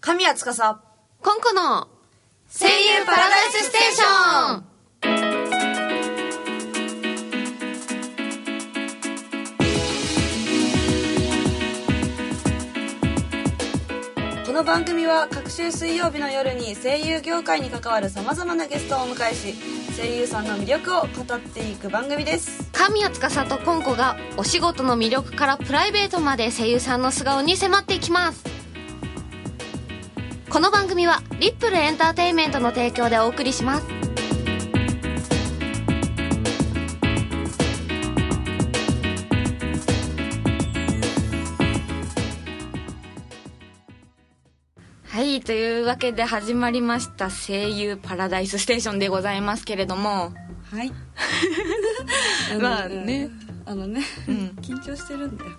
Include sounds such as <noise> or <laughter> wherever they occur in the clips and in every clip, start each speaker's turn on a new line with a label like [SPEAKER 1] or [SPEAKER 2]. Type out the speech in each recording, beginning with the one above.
[SPEAKER 1] 谷司
[SPEAKER 2] 今後の声優パラダイスステーション
[SPEAKER 1] この番組は各週水曜日の夜に声優業界に関わるさまざまなゲストをお迎えし声優さんの魅力を語っていく番組です
[SPEAKER 2] 神谷司とコンコがお仕事の魅力からプライベートまで声優さんの素顔に迫っていきますこの番組はリップルエンターテインメントの提供でお送りしますはいというわけで始まりました「声優パラダイスステーション」でございますけれども
[SPEAKER 1] <laughs> はい
[SPEAKER 2] まあね
[SPEAKER 1] あのね、
[SPEAKER 2] うん
[SPEAKER 1] 緊張してるんだよ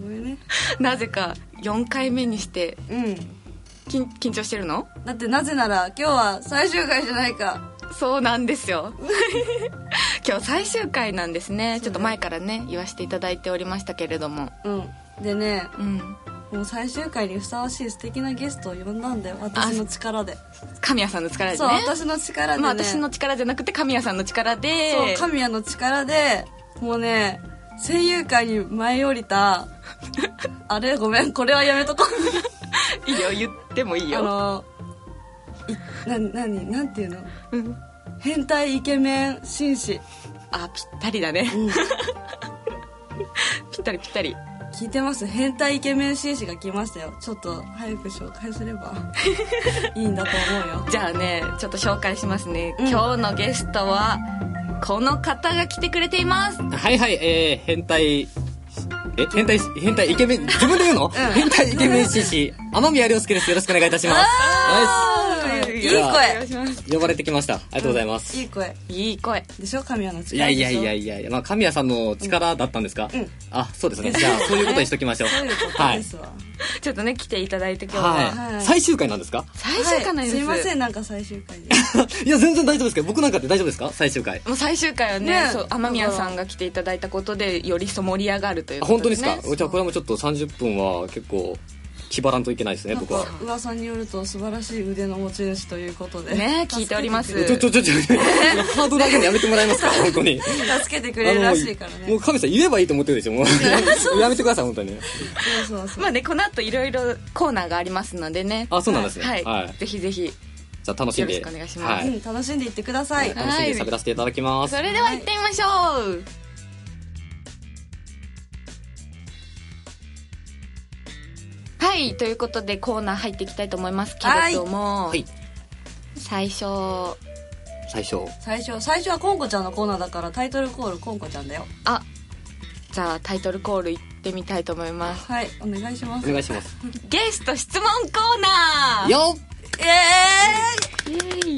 [SPEAKER 1] ごめんね
[SPEAKER 2] <laughs> なぜか4回目にして
[SPEAKER 1] うん
[SPEAKER 2] 緊緊張してるの
[SPEAKER 1] だってなぜなら今日は最終回じゃないか
[SPEAKER 2] そうなんですよ <laughs> 今日最終回なんですね
[SPEAKER 1] そうだね
[SPEAKER 2] ちょっと前からね言わせていただいておりましたけれども
[SPEAKER 1] うんでね
[SPEAKER 2] うん
[SPEAKER 1] もう最終回にふさわしい素敵なゲストを呼んだんだよ私の力で、
[SPEAKER 2] 神谷さんの力でね
[SPEAKER 1] そう私の力でね、
[SPEAKER 2] まあ、私の力じゃなくて神谷さんの力
[SPEAKER 1] そう
[SPEAKER 2] で
[SPEAKER 1] 神谷の力でもうね声優界に舞い降りた <laughs> あれごめんこれはやめとこう
[SPEAKER 2] いいよ言ってもいい
[SPEAKER 1] あ
[SPEAKER 2] よ、
[SPEAKER 1] のいな何なんていうの
[SPEAKER 2] うん、
[SPEAKER 1] 変態イケメン紳士、
[SPEAKER 2] あ <laughs> ぴったりだねぴったりぴったり
[SPEAKER 1] 聞いてます変態イケメン紳士が来ましたよちょっと早く紹介すれば
[SPEAKER 2] <laughs>
[SPEAKER 1] いいんだと思うよ
[SPEAKER 2] じゃあねちょっと紹介しますね、
[SPEAKER 1] うん
[SPEAKER 2] 今日のゲストはこの方が来てくれています
[SPEAKER 3] はいはい、えー、変態、え、変態、変態イケメン、自分で言うの、変態イケメン紳士、天宮亮介です。よろしくお願いいたします。
[SPEAKER 1] あーいい声
[SPEAKER 2] お願します
[SPEAKER 3] ナイス呼ばれてきました。ありがとうございます。
[SPEAKER 1] いい声
[SPEAKER 2] いい声
[SPEAKER 1] でしょ神谷の力でしょ
[SPEAKER 3] いやいやいやいやいや、まあ、神谷さんの力だったんですか、
[SPEAKER 1] うん
[SPEAKER 3] あ、そうですね。じゃあ、そういうことにしときましょう。
[SPEAKER 1] そういうこと
[SPEAKER 3] は
[SPEAKER 1] で
[SPEAKER 3] い。
[SPEAKER 1] すわ、
[SPEAKER 2] ちょっとね来ていただいて今日は、
[SPEAKER 3] はい、
[SPEAKER 1] はい
[SPEAKER 3] 最終回なんですか <laughs>
[SPEAKER 2] 最終回なん
[SPEAKER 1] は
[SPEAKER 2] です、
[SPEAKER 1] い、すいませ
[SPEAKER 2] ん
[SPEAKER 1] んなんか最終回で
[SPEAKER 3] いや、全然大丈夫ですけど、僕なんかって大丈夫ですか最終回。
[SPEAKER 2] もう最終回はね
[SPEAKER 1] ね
[SPEAKER 2] そう雨宮さんが来ていただいたことでより一層盛り上がるという
[SPEAKER 3] あ
[SPEAKER 2] こ
[SPEAKER 3] 本当
[SPEAKER 2] と
[SPEAKER 3] ですか、
[SPEAKER 2] ね
[SPEAKER 3] じゃあ、これもちょっと30分は結構、気張らんといけないですね、
[SPEAKER 1] なん
[SPEAKER 3] 僕は
[SPEAKER 1] か。噂によると素晴らしい腕の持ち主ということで
[SPEAKER 2] ね聞いております
[SPEAKER 1] 助
[SPEAKER 3] ちょ、ちょ、ちょ、ちょ、ハードル上げるのやめてもらえますか本当に。
[SPEAKER 1] けて助けてくれるらしいから
[SPEAKER 3] あのもう
[SPEAKER 1] ね
[SPEAKER 3] もう神様言えばいいと思ってるでしょもうやめてください本当
[SPEAKER 2] <laughs>
[SPEAKER 3] に
[SPEAKER 1] そうそうそう、
[SPEAKER 2] まあねこの後いろいろコーナーがありますのでね
[SPEAKER 3] あそうなんですね
[SPEAKER 2] はい、
[SPEAKER 3] はい
[SPEAKER 2] ぜひぜひ
[SPEAKER 3] じゃあ楽しんで
[SPEAKER 2] よろしくお願いします
[SPEAKER 3] は
[SPEAKER 1] うん、楽しんでいってください、
[SPEAKER 2] はい
[SPEAKER 3] 楽しんで喋らせていただきます
[SPEAKER 2] それでは行ってみましょう、はい、ということでコーナー入っていきたいと思いますけれども、
[SPEAKER 3] はい
[SPEAKER 2] 最初
[SPEAKER 3] 最初
[SPEAKER 1] 最初最初はコンコちゃんのコーナーだからタイトルコールコンコちゃんだよ
[SPEAKER 2] あじゃあタイトルコール行ってみたいと思います
[SPEAKER 1] はいお願いします
[SPEAKER 3] お願いします
[SPEAKER 2] ゲスト質問コーナー
[SPEAKER 3] よっ
[SPEAKER 1] え
[SPEAKER 2] イエ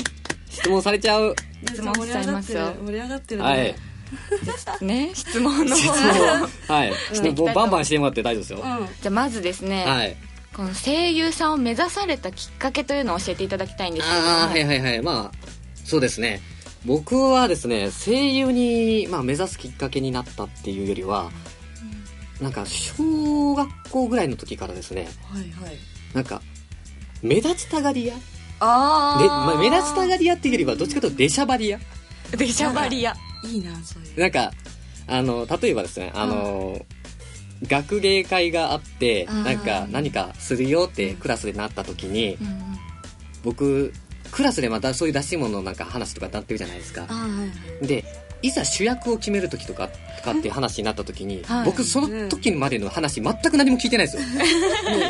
[SPEAKER 3] 質問されちゃう
[SPEAKER 1] えー、
[SPEAKER 2] 質問しちゃいますよ
[SPEAKER 1] 盛り上がってる盛り上がってるね、
[SPEAKER 3] はい
[SPEAKER 2] ーイね質問の <laughs>
[SPEAKER 3] 質
[SPEAKER 2] 方
[SPEAKER 3] 問
[SPEAKER 2] を
[SPEAKER 3] はい質問もうバンバンしてもらって大丈夫ですよ
[SPEAKER 1] うん
[SPEAKER 2] じゃあまずですね、
[SPEAKER 3] はい
[SPEAKER 2] この声優さんを目指されたきっかけというのを教えていただきたいんですけれども
[SPEAKER 3] ああはいはいはいまあそうですね僕はですね声優に、まあ、目指すきっかけになったっていうよりはなんか小学校ぐらいの時からですね
[SPEAKER 1] はいはい
[SPEAKER 3] なんか目立ちたがり屋
[SPEAKER 1] ああ
[SPEAKER 3] で、まあ、目立ちたがり屋っていうよりはどっちかというと出しゃばり屋
[SPEAKER 2] でしゃばりや
[SPEAKER 1] いいなそう
[SPEAKER 3] <laughs>
[SPEAKER 1] いう
[SPEAKER 3] なんかあの例えばですねあの、学芸会があって
[SPEAKER 2] あー
[SPEAKER 3] なんか何かするよってクラスでなった時に
[SPEAKER 2] うん
[SPEAKER 3] 僕クラスでまたそういう出し物のなんか話とかなってるじゃないですか
[SPEAKER 1] あーはいはい
[SPEAKER 3] でいざ主役を決める時とかとかっていう話になった時に、
[SPEAKER 2] はい
[SPEAKER 3] 僕その時までの話全く何も聞いてない
[SPEAKER 2] <laughs>
[SPEAKER 3] ですよもう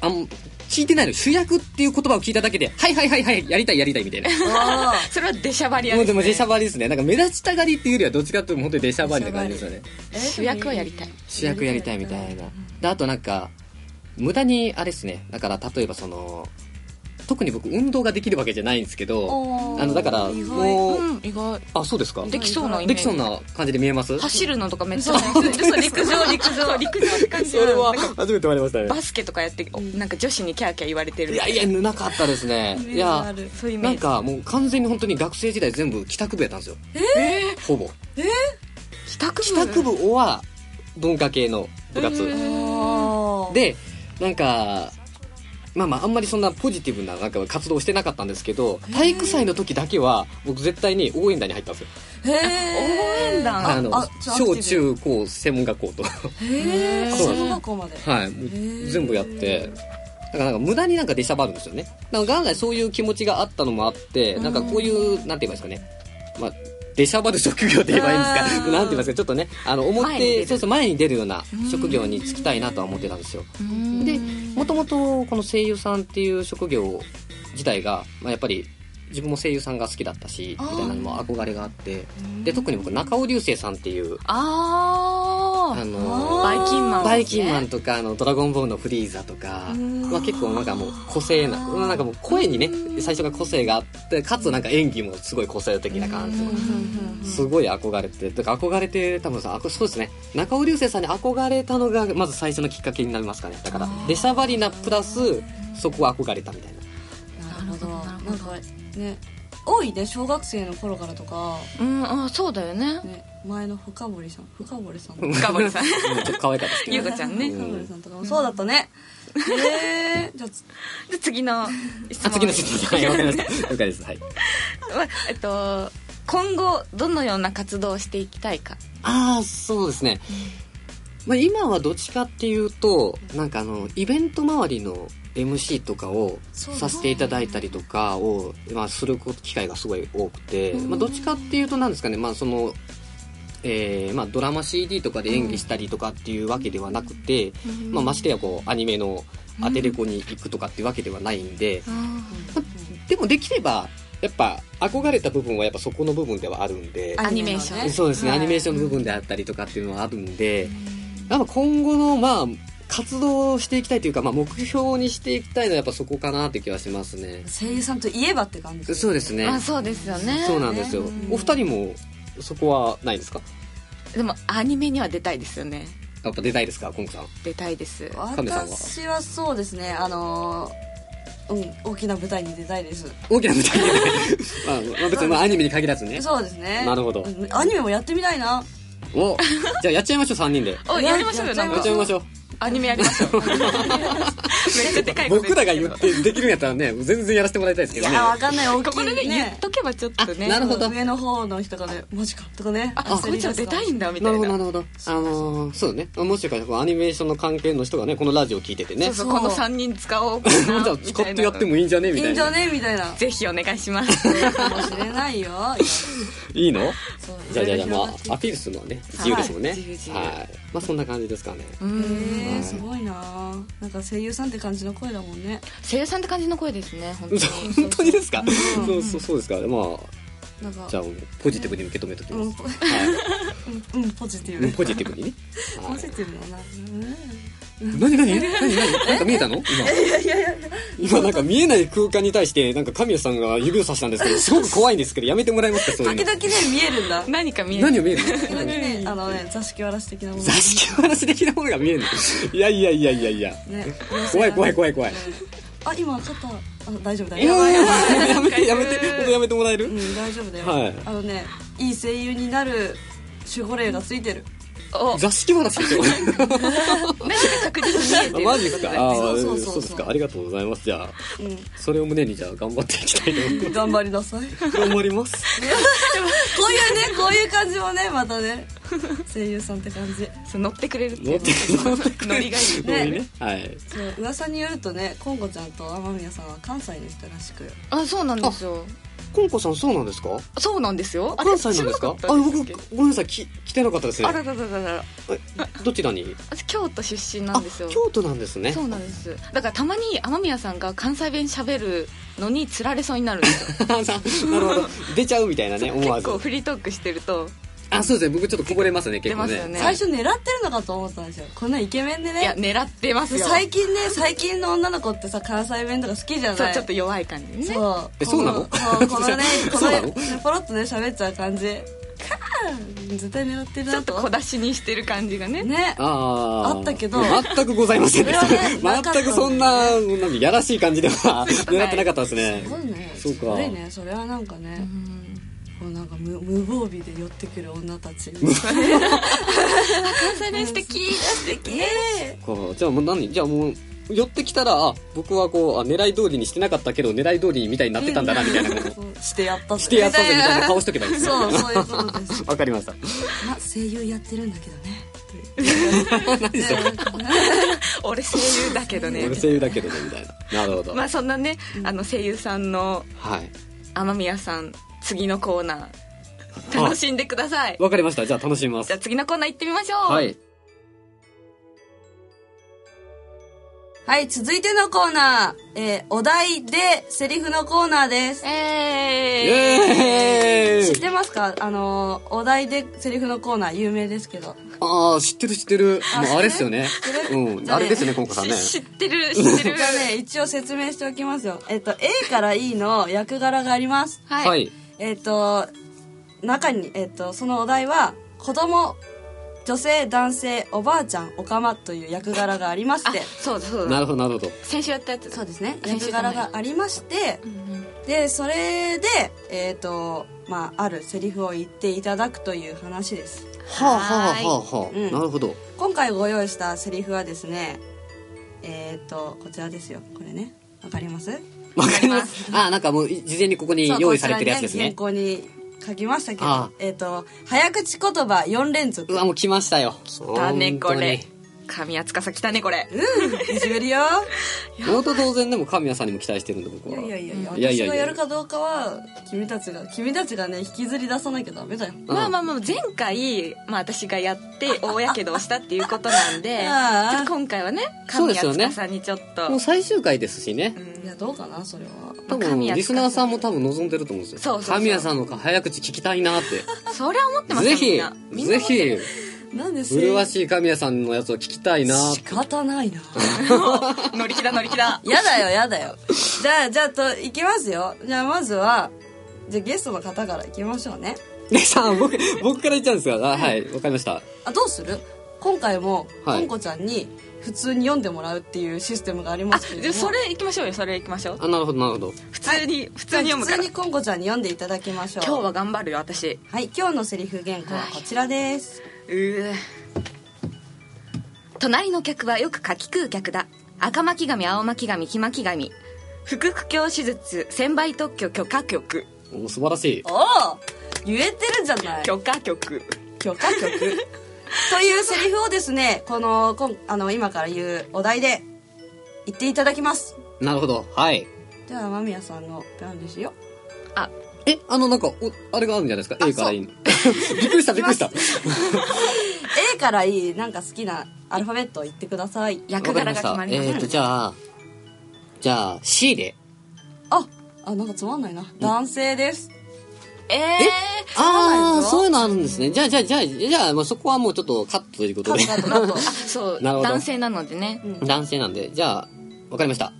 [SPEAKER 3] あん聞いてないの主役っていう言葉を聞いただけで「はいはいはいはいやりたいやりたい」みたいな
[SPEAKER 1] あー
[SPEAKER 2] それはでしゃばりや
[SPEAKER 3] もう
[SPEAKER 2] です、
[SPEAKER 3] で
[SPEAKER 2] ね、
[SPEAKER 3] も出しゃばりですね。なんか目立ちたがりっていうよりはどっちかというと本当に出しゃばりな感じですよね。
[SPEAKER 1] えー
[SPEAKER 2] 主役をやりたい
[SPEAKER 3] 主役やりたいみたいな。で、あとなんか、無駄にあれですね。だから例えばその、特に僕運動ができるわけじゃないんですけど、
[SPEAKER 1] おー
[SPEAKER 3] あのだから
[SPEAKER 1] 意外
[SPEAKER 3] もう、
[SPEAKER 2] うん意外
[SPEAKER 3] あ、そうですか
[SPEAKER 2] で
[SPEAKER 3] で
[SPEAKER 2] きそうなイメージ
[SPEAKER 3] きそうな感じで見えます
[SPEAKER 2] 走るのとかめっち
[SPEAKER 1] そ
[SPEAKER 2] ゃ
[SPEAKER 1] う
[SPEAKER 2] <laughs> そう陸上陸上陸上って感じ
[SPEAKER 3] それは初めて言われましたね。
[SPEAKER 2] バスケとかやっておなんか女子にキャーキャー言われてる
[SPEAKER 3] いやいや、なかったですね
[SPEAKER 1] イ。メー
[SPEAKER 3] い
[SPEAKER 1] ジあ
[SPEAKER 3] や、
[SPEAKER 1] る
[SPEAKER 2] そういうイメー
[SPEAKER 3] な
[SPEAKER 2] ジ
[SPEAKER 3] んかもう完全に本当に学生時代全部帰宅部やったんですよ。えほぼ。
[SPEAKER 2] 帰宅部
[SPEAKER 3] 帰宅部は文化系の部活。
[SPEAKER 2] うん
[SPEAKER 1] あー
[SPEAKER 3] でなんかまあまああんまりそんなポジティブななんか活動してなかったんですけど体育祭の時だけは僕絶対に応援団に入ったんですよ
[SPEAKER 1] へ
[SPEAKER 2] 応援団あ
[SPEAKER 3] あの小中高専門学校と
[SPEAKER 1] へえ
[SPEAKER 3] そう
[SPEAKER 1] 小学校まで
[SPEAKER 3] はいもう全部やってだからなんか無駄になんか出しゃばるんですよねなんか元来そういう気持ちがあったのもあってなんかこういうなんて言えばいいんですかねまあ出しゃばる職業って言えばいいんです
[SPEAKER 1] う
[SPEAKER 3] か
[SPEAKER 1] ん
[SPEAKER 3] なんて言いますかちょっとねあの
[SPEAKER 2] 前に出
[SPEAKER 3] 表
[SPEAKER 2] る
[SPEAKER 3] そうそう前に出るような職業に就きたいなとは思ってたんですよでもともとこの声優さんっていう職業自体が、まあ、やっぱり自分も声優さんが好きだったし
[SPEAKER 2] あー
[SPEAKER 3] みたいなのも憧れがあってで特に僕中尾流星さんっていう
[SPEAKER 2] あ
[SPEAKER 3] あ
[SPEAKER 2] ー
[SPEAKER 3] の
[SPEAKER 2] バイキンマン
[SPEAKER 3] バイキンマンとか、あの、ドラゴンボールのフリーザとか
[SPEAKER 1] うん
[SPEAKER 3] は結構なんかもう個性な、なんかもう声にね、最初が個性があって、かつなんか演技もすごい個性的な感じの
[SPEAKER 2] うん
[SPEAKER 3] すごい憧れて、だから憧れて、多分さ、あこそうですね、中尾流星さんに憧れたのが、まず最初のきっかけになりますかね。だから、出しゃばりなプラス、そこは憧れたみたいな。
[SPEAKER 1] なるほど
[SPEAKER 2] なるほど
[SPEAKER 1] なんかね多いね小学生の頃からとか
[SPEAKER 2] うんあそうだよね
[SPEAKER 1] ね前の深堀さん深堀さん
[SPEAKER 2] <laughs> 深堀さん
[SPEAKER 3] うんちょっと可愛かったですけ
[SPEAKER 2] ゆう
[SPEAKER 3] ど
[SPEAKER 2] こ。ちゃんね
[SPEAKER 1] 深堀さんとかもそうだった
[SPEAKER 2] <laughs>
[SPEAKER 1] ねへえじゃあつ
[SPEAKER 2] で次の質問 <laughs>
[SPEAKER 3] あ、次の質問。はい、わかりました。了解です。はい。
[SPEAKER 2] はえっと今後どのような活動をしていきたいか
[SPEAKER 3] ああそうですね、まあ、今はどっちかっていうとなんかあのイベント周りの MC とかを
[SPEAKER 1] そう
[SPEAKER 3] させていただいたりとかを、まあ、する機会がすごい多くて、
[SPEAKER 1] うん
[SPEAKER 3] まあ、どっちかっていうとなんですかね、まあそのえーまあ、ドラマ CD とかで演技したりとかっていうわけではなくて、まあ、ましてやこうアニメのアテレコに行くとかっていうわけではないんで、でもできればやっぱ憧れた部分はやっぱそこの部分ではあるんで
[SPEAKER 2] アニメーション
[SPEAKER 1] ね
[SPEAKER 3] そうですね、
[SPEAKER 1] はい
[SPEAKER 3] アニメーションの部分であったりとかっていうのはあるんで、やっぱ今後の、まあ、活動をしていきたいというか、まあ、目標にしていきたいのはやっぱそこかなって気はしますね。
[SPEAKER 1] 声優さんといえばって感じ
[SPEAKER 3] そうですね。
[SPEAKER 2] あそうですよね
[SPEAKER 3] そうなんですよ。
[SPEAKER 1] ね
[SPEAKER 3] お二人も、そこはないですか
[SPEAKER 2] でもアニメには出たいですよね
[SPEAKER 3] やっぱ出たいですか、コンクさん。
[SPEAKER 2] 出たいです
[SPEAKER 3] 神さんは
[SPEAKER 1] 私はそうですねあのーうん大きな舞台に出たいです
[SPEAKER 3] 大きな舞台で、まあ、まあ別にまあアニメに限らずね。
[SPEAKER 1] そうですね
[SPEAKER 3] なるほど
[SPEAKER 1] うんアニメもやってみたいな
[SPEAKER 3] おじゃあやっちゃいましょう、三人で。 <laughs> や
[SPEAKER 2] おやりましょうよ
[SPEAKER 1] や
[SPEAKER 2] な
[SPEAKER 1] っ
[SPEAKER 2] ん
[SPEAKER 3] っ
[SPEAKER 2] か
[SPEAKER 3] ちゃいましょう。
[SPEAKER 2] アニメやりましょう <laughs> めっちゃでかいこと
[SPEAKER 3] 僕
[SPEAKER 2] 言って
[SPEAKER 3] ら
[SPEAKER 2] る
[SPEAKER 3] が
[SPEAKER 2] けど
[SPEAKER 3] 言ってできるんやったらね、全然やらせてもらいたいです
[SPEAKER 1] い
[SPEAKER 3] けど
[SPEAKER 1] や
[SPEAKER 3] ね。
[SPEAKER 1] わかんない大
[SPEAKER 2] ここで
[SPEAKER 1] きい
[SPEAKER 2] ね言っ
[SPEAKER 1] ね
[SPEAKER 2] とけばちょっとね
[SPEAKER 3] あなるほど
[SPEAKER 1] 上の方の人がねマジかとかね
[SPEAKER 2] あこいつら出たいんだみた
[SPEAKER 3] ないるほど、
[SPEAKER 2] な
[SPEAKER 3] なるほど。あのーそうね。もしかしたら、アニメーションの関係の人がね、このラジオを聞いててね。
[SPEAKER 2] そうそう
[SPEAKER 1] そう
[SPEAKER 2] この3人使おうか
[SPEAKER 3] <laughs> じゃ
[SPEAKER 2] な
[SPEAKER 3] あ
[SPEAKER 2] み
[SPEAKER 3] 使
[SPEAKER 2] たいな
[SPEAKER 3] ってやってもいいんじゃねみ
[SPEAKER 1] い
[SPEAKER 3] た
[SPEAKER 1] い
[SPEAKER 3] い
[SPEAKER 1] んじゃ
[SPEAKER 3] な。
[SPEAKER 1] ねみたいな
[SPEAKER 2] ぜひお願いします <laughs>
[SPEAKER 1] かもしれないよ
[SPEAKER 3] いいの
[SPEAKER 1] そう
[SPEAKER 3] じゃあじゃあじゃあ、ま
[SPEAKER 1] いろいろ広がって
[SPEAKER 3] あ、アピールするのはね、自由ですもんね。
[SPEAKER 2] 自由自由
[SPEAKER 3] はい。まあ、そんな感じですかね。
[SPEAKER 2] うん
[SPEAKER 1] へえすごいななんか声優さんって感じの声だもんね
[SPEAKER 2] 声優さんって感じの声ですね本当に
[SPEAKER 3] <laughs> 本当にですか
[SPEAKER 1] うん
[SPEAKER 3] そうそう、そうですか。ま
[SPEAKER 1] なんか
[SPEAKER 3] あ、じゃあ、ポジティブに受け止めとき
[SPEAKER 1] う
[SPEAKER 3] ま
[SPEAKER 1] ん
[SPEAKER 3] す。
[SPEAKER 1] ポ
[SPEAKER 3] は
[SPEAKER 1] うんうんポジティ
[SPEAKER 3] い。
[SPEAKER 1] ブ
[SPEAKER 3] ポジティブにね。は
[SPEAKER 1] ポ
[SPEAKER 3] い
[SPEAKER 1] ジティブだな
[SPEAKER 3] 何何何何なんか見えたの
[SPEAKER 1] いやいやいや
[SPEAKER 3] 今。今なんか見えない空間に対して、なんか神谷さんが指をさしたんですけど、すごく怖いんですけど、やめてもらえますか、そういう
[SPEAKER 1] 時
[SPEAKER 3] の
[SPEAKER 1] 々ね見えるんだ
[SPEAKER 2] 何か見える
[SPEAKER 3] 何を見える
[SPEAKER 1] 時
[SPEAKER 3] の
[SPEAKER 1] 々ねあのね座敷わらし的なもの
[SPEAKER 3] 座敷話的なものが見えない。いやいやいやいやいや。
[SPEAKER 1] ね
[SPEAKER 3] 怖い怖い怖い怖い。
[SPEAKER 1] あ今肩あ大丈夫だ
[SPEAKER 3] や
[SPEAKER 1] よやばいやばい
[SPEAKER 3] やめてやめて、本当やめてもらえ
[SPEAKER 1] う
[SPEAKER 3] る
[SPEAKER 1] ん大丈夫だよ、
[SPEAKER 3] はい
[SPEAKER 1] あのねいい声優になる守護霊がついてる
[SPEAKER 2] お
[SPEAKER 3] 座敷話でしょ
[SPEAKER 2] 何か確実 <laughs> に見えてる
[SPEAKER 3] マジですかあ
[SPEAKER 1] そうそ
[SPEAKER 3] ー
[SPEAKER 1] うそうそう
[SPEAKER 3] そうですかありがとうございます。じゃあ、
[SPEAKER 1] う
[SPEAKER 3] それを胸にじゃあ頑張っていきたいと思い
[SPEAKER 1] ん頑張りなさいこ
[SPEAKER 3] ます。頑張り <laughs> ます。
[SPEAKER 1] ういうねこういう感じもねまたね声優さんって感じ
[SPEAKER 2] そう乗ってくれるってい
[SPEAKER 3] 乗
[SPEAKER 2] う
[SPEAKER 3] って、乗ってく
[SPEAKER 2] ノリがいい
[SPEAKER 3] るノリね。はい。
[SPEAKER 1] そう噂によるとねコンゴちゃんと天宮さんは関西の人らしく
[SPEAKER 2] あそうなんですよ
[SPEAKER 3] コンコさんそうなんですか
[SPEAKER 2] そうなんですよあれ
[SPEAKER 3] 関西なんですか
[SPEAKER 2] 知
[SPEAKER 3] あ、
[SPEAKER 2] らなかった
[SPEAKER 3] 僕
[SPEAKER 2] んですけど、
[SPEAKER 3] ごめんなさい、き来てなかったですね
[SPEAKER 2] あ。らららららら
[SPEAKER 3] えどちらに
[SPEAKER 2] 私京都出身な
[SPEAKER 3] あ
[SPEAKER 2] んですよ、
[SPEAKER 3] 京都なんですね
[SPEAKER 2] そ。うなんですだからたまに雨宮さんが関西弁喋るのにつられそうになるんですよ
[SPEAKER 3] <laughs> なるほど。出ちゃうみたいなね、思わ
[SPEAKER 2] 結
[SPEAKER 3] ず
[SPEAKER 2] 構。フリートークしてると
[SPEAKER 3] あ、そうですね。僕ちょっとこぼれますね、結構
[SPEAKER 2] 出ますよね
[SPEAKER 3] ね。は
[SPEAKER 1] 最
[SPEAKER 3] い
[SPEAKER 1] 初狙ってるのかと思ったんですよこんなイケメンで
[SPEAKER 2] いや
[SPEAKER 1] ね
[SPEAKER 2] 狙ってます
[SPEAKER 1] で
[SPEAKER 2] よ
[SPEAKER 1] 最近ね最近の女の子ってさ関西弁とか好きじゃ
[SPEAKER 2] そ
[SPEAKER 1] な
[SPEAKER 2] う
[SPEAKER 1] い
[SPEAKER 2] ちょっと弱い感じね
[SPEAKER 1] そう
[SPEAKER 3] えそうなの
[SPEAKER 1] こそうこのねこ
[SPEAKER 3] <laughs> そう
[SPEAKER 1] の
[SPEAKER 3] な
[SPEAKER 1] ね
[SPEAKER 3] の
[SPEAKER 1] ポロッとね喋っちゃう感じカーン絶対狙ってる
[SPEAKER 2] ちょ
[SPEAKER 1] な
[SPEAKER 2] っと
[SPEAKER 1] と
[SPEAKER 2] 小出しにしてる感じがね
[SPEAKER 1] ね
[SPEAKER 3] あー
[SPEAKER 1] あったけど
[SPEAKER 3] 全くございませんでし
[SPEAKER 1] それは
[SPEAKER 3] <laughs>
[SPEAKER 1] ねなか
[SPEAKER 3] た。
[SPEAKER 1] った
[SPEAKER 3] 全くそんな、なんかやらしい感じでは、狙ってなかったですね
[SPEAKER 1] す。ごいね
[SPEAKER 3] そうか
[SPEAKER 1] すごいねそれはなんかね
[SPEAKER 2] う、ん
[SPEAKER 1] こうなんか無無防備で寄ってくる女たち
[SPEAKER 2] 関西弁素敵素敵
[SPEAKER 1] え
[SPEAKER 3] かじゃあもう何じゃあもう、寄ってきたらあ僕はこうあ狙い通りにしてなかったけど狙い通りみたいになってたんだなみたいなこと
[SPEAKER 1] してやったぜ
[SPEAKER 3] してやったぜみたいな顔しとけばいいです
[SPEAKER 1] そうそういうことです
[SPEAKER 3] わか <laughs> りました
[SPEAKER 1] ま声優やってるんだけどね
[SPEAKER 3] <laughs> 何それ
[SPEAKER 2] 俺声優だけどね
[SPEAKER 3] 俺声優だけどねみたいななるほど、
[SPEAKER 2] まあそんなね、あの声優さんの
[SPEAKER 3] はい
[SPEAKER 2] 雨宮さん次のコーナー楽しんでください
[SPEAKER 3] わかりましたじゃあ楽しみま
[SPEAKER 2] じゃ
[SPEAKER 3] す
[SPEAKER 2] あ次のコーナー行ってみましょう、
[SPEAKER 3] はい
[SPEAKER 1] はい続いてのコーナー、えーお題でセリフのコーナーです
[SPEAKER 3] イ
[SPEAKER 2] えー
[SPEAKER 3] エ
[SPEAKER 1] 知っ
[SPEAKER 3] ーイ
[SPEAKER 1] てますかあのーお題でセリフのコーナー有名ですけ
[SPEAKER 2] <laughs>
[SPEAKER 1] ど
[SPEAKER 3] ああ知ってる知ってる
[SPEAKER 1] あ
[SPEAKER 3] もうあれっすよね
[SPEAKER 1] 知ってる
[SPEAKER 3] うんあれですよねコンコさんね
[SPEAKER 2] し知ってる知って
[SPEAKER 1] <laughs>
[SPEAKER 2] る
[SPEAKER 1] じゃあね一応説明しておきますよえっと A から E の役柄があります
[SPEAKER 2] はい、
[SPEAKER 3] はい
[SPEAKER 1] えっ、と、中に、えっ、と、そのお題は、子供、女性、男性、おばあちゃん、おかまという役柄がありまし
[SPEAKER 2] あ
[SPEAKER 1] て、
[SPEAKER 2] そうだそう
[SPEAKER 3] な
[SPEAKER 2] だ
[SPEAKER 3] るほどなるほど
[SPEAKER 2] 先週やったやつ
[SPEAKER 1] そうですね、
[SPEAKER 2] 先週
[SPEAKER 1] 役
[SPEAKER 2] じゃ
[SPEAKER 1] 柄
[SPEAKER 2] ない
[SPEAKER 1] がありまして、で、それで、えっ、と、まあ、あるセリフを言っていただくという話です。
[SPEAKER 3] はあはあはあは
[SPEAKER 1] うん
[SPEAKER 3] あなるほど
[SPEAKER 1] 今回ご用意したセリフはですね、えっ、と、こちらですよ。これね。わかります
[SPEAKER 3] わかりますああなんかもう事前にここに用意されてるやつです
[SPEAKER 1] そう
[SPEAKER 3] ね
[SPEAKER 1] こちらに原稿に書きましたけ
[SPEAKER 3] あ
[SPEAKER 1] ど
[SPEAKER 3] あ、
[SPEAKER 1] えっ、と、早口言葉4連続
[SPEAKER 3] う。わもう来ましたよ
[SPEAKER 2] だね
[SPEAKER 3] 本
[SPEAKER 2] こ
[SPEAKER 3] 当に
[SPEAKER 2] れ神谷司来たねこれ
[SPEAKER 1] いじめるよ。
[SPEAKER 3] 元同然でも神谷さんにも期待してるんで僕
[SPEAKER 1] い
[SPEAKER 3] は
[SPEAKER 1] やいやいやいや、
[SPEAKER 3] いやいや
[SPEAKER 1] 私がやるかどうかは、君たちが、君たちがね、引きずり出さなきゃダメだよ。
[SPEAKER 3] うん
[SPEAKER 2] まあまあまあ前回、まあ、私がやって大やけどをしたっていうことなんで
[SPEAKER 3] <laughs>
[SPEAKER 1] ああ
[SPEAKER 2] ちょっと今回はね
[SPEAKER 3] そう
[SPEAKER 2] 神
[SPEAKER 3] ですよ
[SPEAKER 2] 谷
[SPEAKER 3] ね
[SPEAKER 2] 司にちょっと
[SPEAKER 3] もう最終回ですしね
[SPEAKER 2] うん
[SPEAKER 1] いや、どうかな、それは。
[SPEAKER 3] 多
[SPEAKER 2] 神
[SPEAKER 3] 分
[SPEAKER 2] 谷
[SPEAKER 3] リスナーさんも多分望んでると思うんですよ
[SPEAKER 2] そうそうそう
[SPEAKER 3] 神谷さんの早口聞きたいなって
[SPEAKER 2] それは思ってますよみ
[SPEAKER 3] ぜ
[SPEAKER 2] ん
[SPEAKER 3] ひ
[SPEAKER 2] なみんな
[SPEAKER 3] ぜ
[SPEAKER 2] 思ってる
[SPEAKER 3] ひ
[SPEAKER 1] なんで
[SPEAKER 3] 麗しい神谷さんのやつを聞きたいな
[SPEAKER 1] 仕方ないな。
[SPEAKER 2] 乗り気だ乗り気だ
[SPEAKER 1] やだよ、やだよ。じゃあ、じゃあ、と、いきますよ。じゃあ、まずは、じゃあ、ゲストの方からいきましょう <laughs> ね。
[SPEAKER 3] ねさん僕僕から言っちゃうんですがあはいわかりました
[SPEAKER 1] あ、どうする今回も、
[SPEAKER 3] はい
[SPEAKER 1] こんこちゃんに、普通に読んでもらうっていうシステムがあり
[SPEAKER 2] あ
[SPEAKER 1] ますけれど
[SPEAKER 2] で
[SPEAKER 1] も。
[SPEAKER 2] それ行きましょうよそれ行きましょう
[SPEAKER 3] あなるほどなるほど
[SPEAKER 2] 普通に普
[SPEAKER 1] じゃ
[SPEAKER 2] 通
[SPEAKER 1] あ、
[SPEAKER 2] に読むから
[SPEAKER 1] 普通にこんこちゃんに読んでいただきましょう。
[SPEAKER 2] 今日は頑張るよ私
[SPEAKER 1] はい、今日のセリフ原稿はこちらです。
[SPEAKER 2] うー隣の客はよく柿食う客だ赤巻紙青巻紙黄巻紙腹腔鏡手術専売特許許可局
[SPEAKER 3] お素晴らしい
[SPEAKER 1] おお言えてるじゃない
[SPEAKER 2] 許可局
[SPEAKER 1] 許可曲
[SPEAKER 2] <laughs>
[SPEAKER 1] というセリフをですねこのこんあの今から言うお題で言っていただきます
[SPEAKER 3] なるほどはい
[SPEAKER 1] では間宮さんのペンですよ
[SPEAKER 2] あ
[SPEAKER 3] えあのなんかおあれがあるんじゃないですか A <laughs> からいいのびっくりしたびっくりした
[SPEAKER 1] A から E なんか好きなアルファベットを言ってください
[SPEAKER 2] 役柄が決
[SPEAKER 3] わ
[SPEAKER 2] ま
[SPEAKER 3] か
[SPEAKER 2] り
[SPEAKER 3] り
[SPEAKER 2] まし
[SPEAKER 3] ましたたえーっとじゃあじゃあ C で
[SPEAKER 1] ああなんかつまんないな男性です
[SPEAKER 2] えー、
[SPEAKER 3] ああー
[SPEAKER 1] そ
[SPEAKER 3] そうういうのあるんですねじゃあじゃあじゃあじゃあまあそこはもうちょっとカットということ
[SPEAKER 1] カ
[SPEAKER 3] で
[SPEAKER 1] ットカットカット
[SPEAKER 2] そう
[SPEAKER 3] なるほど
[SPEAKER 2] 男性なのでね
[SPEAKER 3] <laughs> 男性なんでじゃあわかりました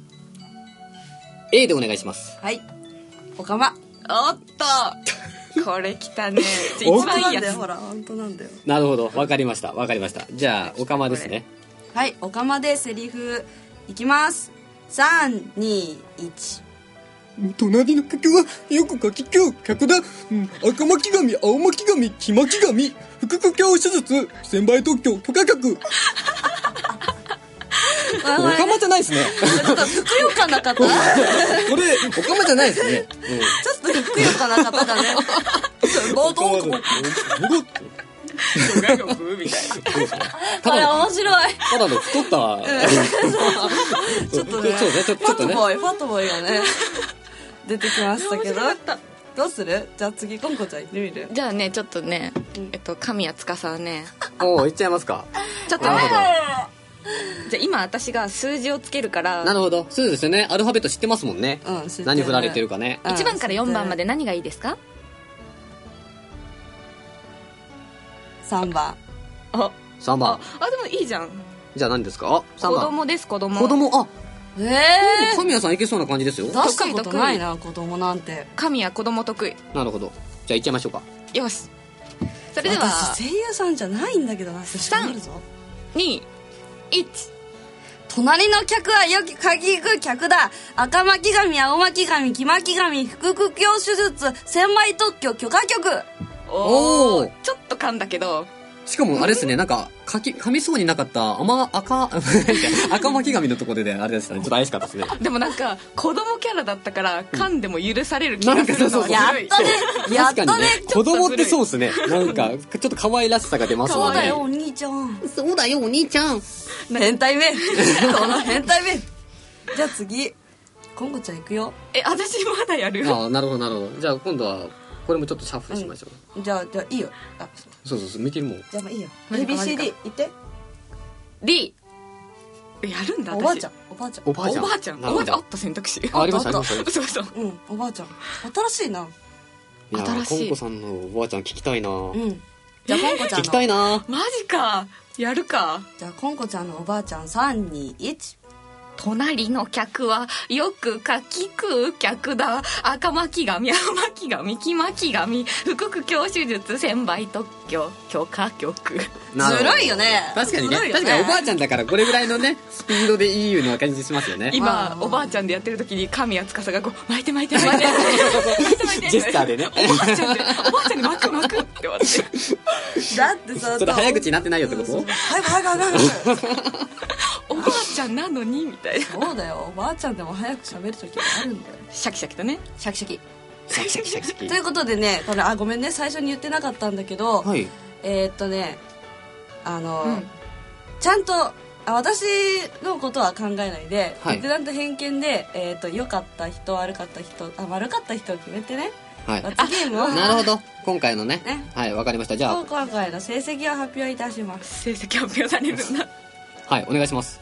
[SPEAKER 3] A でお願いします
[SPEAKER 1] はいおかま
[SPEAKER 2] おっとこれき
[SPEAKER 3] <laughs>
[SPEAKER 2] たね一
[SPEAKER 3] お
[SPEAKER 2] 番いい
[SPEAKER 1] なん
[SPEAKER 2] や
[SPEAKER 1] だよ
[SPEAKER 2] つ
[SPEAKER 1] ほら本当なんだよ
[SPEAKER 3] なるほどわかりましたわかりましたじゃあお釜ですね
[SPEAKER 1] はいおかまでセリフいきます321
[SPEAKER 3] 隣の客はよく書き今日客だ、うん、赤巻紙青巻紙黄巻紙腹腔鏡手術千倍特許許可局
[SPEAKER 1] お
[SPEAKER 3] お
[SPEAKER 1] か
[SPEAKER 3] 釜じゃない <laughs> ですね
[SPEAKER 1] ちょっとふくよかな方ちょ
[SPEAKER 3] これお釜じゃないですね、
[SPEAKER 1] っとふくよかな方だね。冒頭
[SPEAKER 3] うん、
[SPEAKER 2] 許
[SPEAKER 3] <laughs>
[SPEAKER 2] 可局みたいな
[SPEAKER 1] こ
[SPEAKER 3] た
[SPEAKER 1] れ
[SPEAKER 3] だ
[SPEAKER 1] 面白い。
[SPEAKER 3] ただの太った、
[SPEAKER 1] ちょっとね、
[SPEAKER 3] そうそう
[SPEAKER 1] フ
[SPEAKER 3] ねちょ
[SPEAKER 1] ァ
[SPEAKER 3] ち
[SPEAKER 1] ッ
[SPEAKER 3] ょっ
[SPEAKER 1] ト
[SPEAKER 3] とね
[SPEAKER 1] ボーイ、ファットボーイがね、出てきましたけど
[SPEAKER 2] 面白かっ。
[SPEAKER 1] どうするじゃあ次、コンコちゃん行ってみる
[SPEAKER 2] じゃあねちょっとねえっと神谷司をね
[SPEAKER 3] おおいっちゃいますか
[SPEAKER 2] ちょっと
[SPEAKER 3] な
[SPEAKER 2] ね
[SPEAKER 3] るほど
[SPEAKER 2] じゃあ今私が数字をつけるから
[SPEAKER 3] なるほど。そうですよね。アルファベット知ってますもんね。
[SPEAKER 1] うん知ってる
[SPEAKER 3] 何振られてるかね。
[SPEAKER 1] うん
[SPEAKER 2] 1番から4番まで何がいいですか
[SPEAKER 1] ?3 番。
[SPEAKER 2] あ
[SPEAKER 3] 3
[SPEAKER 2] あ
[SPEAKER 3] 番。
[SPEAKER 2] あでもいいじゃん
[SPEAKER 3] じゃあ何ですかあ、3
[SPEAKER 2] 子
[SPEAKER 3] 番。
[SPEAKER 2] 供です子供
[SPEAKER 3] 子供、あ、
[SPEAKER 1] え
[SPEAKER 3] 神谷さんいけそうな感じですよ。
[SPEAKER 1] 出したことないな、子供なんて。
[SPEAKER 2] 神は子供得意
[SPEAKER 3] なるほど。じゃあ行っちゃいましょうか。
[SPEAKER 2] よしそれでは
[SPEAKER 1] 私、声優さんじゃないんだけどな、下にるぞ。
[SPEAKER 2] 2 1
[SPEAKER 1] 隣の客はよき鍵行く客だ赤巻紙、青巻紙、黄巻紙、腹腔鏡手術、千枚特許、許可局
[SPEAKER 2] お
[SPEAKER 3] お
[SPEAKER 2] お
[SPEAKER 3] ー
[SPEAKER 2] ちょっと噛んだけど
[SPEAKER 3] しかもあれですね、なんか、かき、噛みそうになかった、甘、赤、 <laughs> 赤巻紙のところで、あれですね、ちょっと怪しかったですね。
[SPEAKER 2] でもなんか子供キャラだったから噛んでも許される気がするのは
[SPEAKER 3] なんかそうそうそう
[SPEAKER 2] ずるい
[SPEAKER 1] やっ
[SPEAKER 3] 確
[SPEAKER 1] と
[SPEAKER 3] か
[SPEAKER 1] ね
[SPEAKER 3] にね、
[SPEAKER 2] ちょ
[SPEAKER 3] 子
[SPEAKER 2] っとずるい
[SPEAKER 3] 供ってそうですね。なんか、ちょっと可愛らしさが出ます
[SPEAKER 1] そ
[SPEAKER 3] も
[SPEAKER 1] うんだ
[SPEAKER 3] ね
[SPEAKER 1] よ。お兄ちゃん
[SPEAKER 3] そうだよ、お兄ちゃん。
[SPEAKER 1] 変態め <laughs> この変態めじゃあ次コンゴちゃん行くよ
[SPEAKER 2] え私まだやる
[SPEAKER 3] ああ、なるほど、なるほど。じゃあ今度は、これもちょっとシャッフルしましょう。
[SPEAKER 1] じゃあじゃあいいよあそう
[SPEAKER 3] そうそうそう、見てるもん。
[SPEAKER 1] じゃあまあいいよ
[SPEAKER 2] マジかマジか
[SPEAKER 1] ABCD 行って
[SPEAKER 2] D やるんだ私
[SPEAKER 1] おばあちゃんおばあちゃん
[SPEAKER 3] おばあちゃん。
[SPEAKER 2] おばあちゃん
[SPEAKER 3] なる
[SPEAKER 2] おば
[SPEAKER 3] ほ
[SPEAKER 2] あちゃんあ
[SPEAKER 3] ど
[SPEAKER 2] った選択肢
[SPEAKER 3] あありました、
[SPEAKER 1] あ
[SPEAKER 3] あ
[SPEAKER 1] っ
[SPEAKER 3] り
[SPEAKER 1] た
[SPEAKER 3] ました。
[SPEAKER 2] そうそう
[SPEAKER 1] うんおばあちゃん新しいな
[SPEAKER 3] いやー
[SPEAKER 2] 新しい
[SPEAKER 3] コンコさんのおばあちゃん聞きたいな、
[SPEAKER 1] うんじゃあコンコちゃん
[SPEAKER 3] 聞
[SPEAKER 1] の
[SPEAKER 3] きたいな
[SPEAKER 2] マジかやるか
[SPEAKER 1] じゃあコンコちゃんのおばあちゃん321
[SPEAKER 2] 隣の客はよくかき食う客だ赤巻紙青巻紙黄巻紙腹腔鏡手術千倍特許許可局
[SPEAKER 3] なるほど
[SPEAKER 1] ずるいよね
[SPEAKER 3] 確かにね
[SPEAKER 1] ずるいよね
[SPEAKER 3] 確かにおばあちゃんだからこれぐらいのねスピードでいいような感じしますよね
[SPEAKER 1] あ
[SPEAKER 2] 今
[SPEAKER 1] ー
[SPEAKER 2] おばあちゃんでやってる時に神谷司がこう巻いて巻いて
[SPEAKER 3] <laughs>
[SPEAKER 2] 巻いて
[SPEAKER 3] ジェスチャーでね
[SPEAKER 2] おばあちゃんでおばあちゃんに巻く巻くって私
[SPEAKER 1] だってさ
[SPEAKER 3] それ早口になってないよってこと
[SPEAKER 1] うん早く早く早く早く
[SPEAKER 2] <laughs> おばあちゃんなのにみたいな
[SPEAKER 1] そうだよおばあちゃんでも早く喋る時あるんだよ
[SPEAKER 2] シャキシャキとね
[SPEAKER 1] シャキシャキ
[SPEAKER 3] シャキシャキシャキシャ
[SPEAKER 1] ということでねこれあごめんね最初に言ってなかったんだけど、
[SPEAKER 3] キはい
[SPEAKER 1] えー、っとねあの、
[SPEAKER 2] うん
[SPEAKER 1] ちゃんとあ私のことは考えないで、
[SPEAKER 3] はい
[SPEAKER 1] 独断と偏見で、えーっと良かった人悪かった人あ悪かった人を決めてね
[SPEAKER 3] はい
[SPEAKER 1] 罰ゲームを
[SPEAKER 3] なるほど今回のね
[SPEAKER 1] ね
[SPEAKER 3] はいわかりましたじゃあ
[SPEAKER 1] 今回の成績を発表いたします
[SPEAKER 2] 成績発表されるんだ
[SPEAKER 3] はいお願いします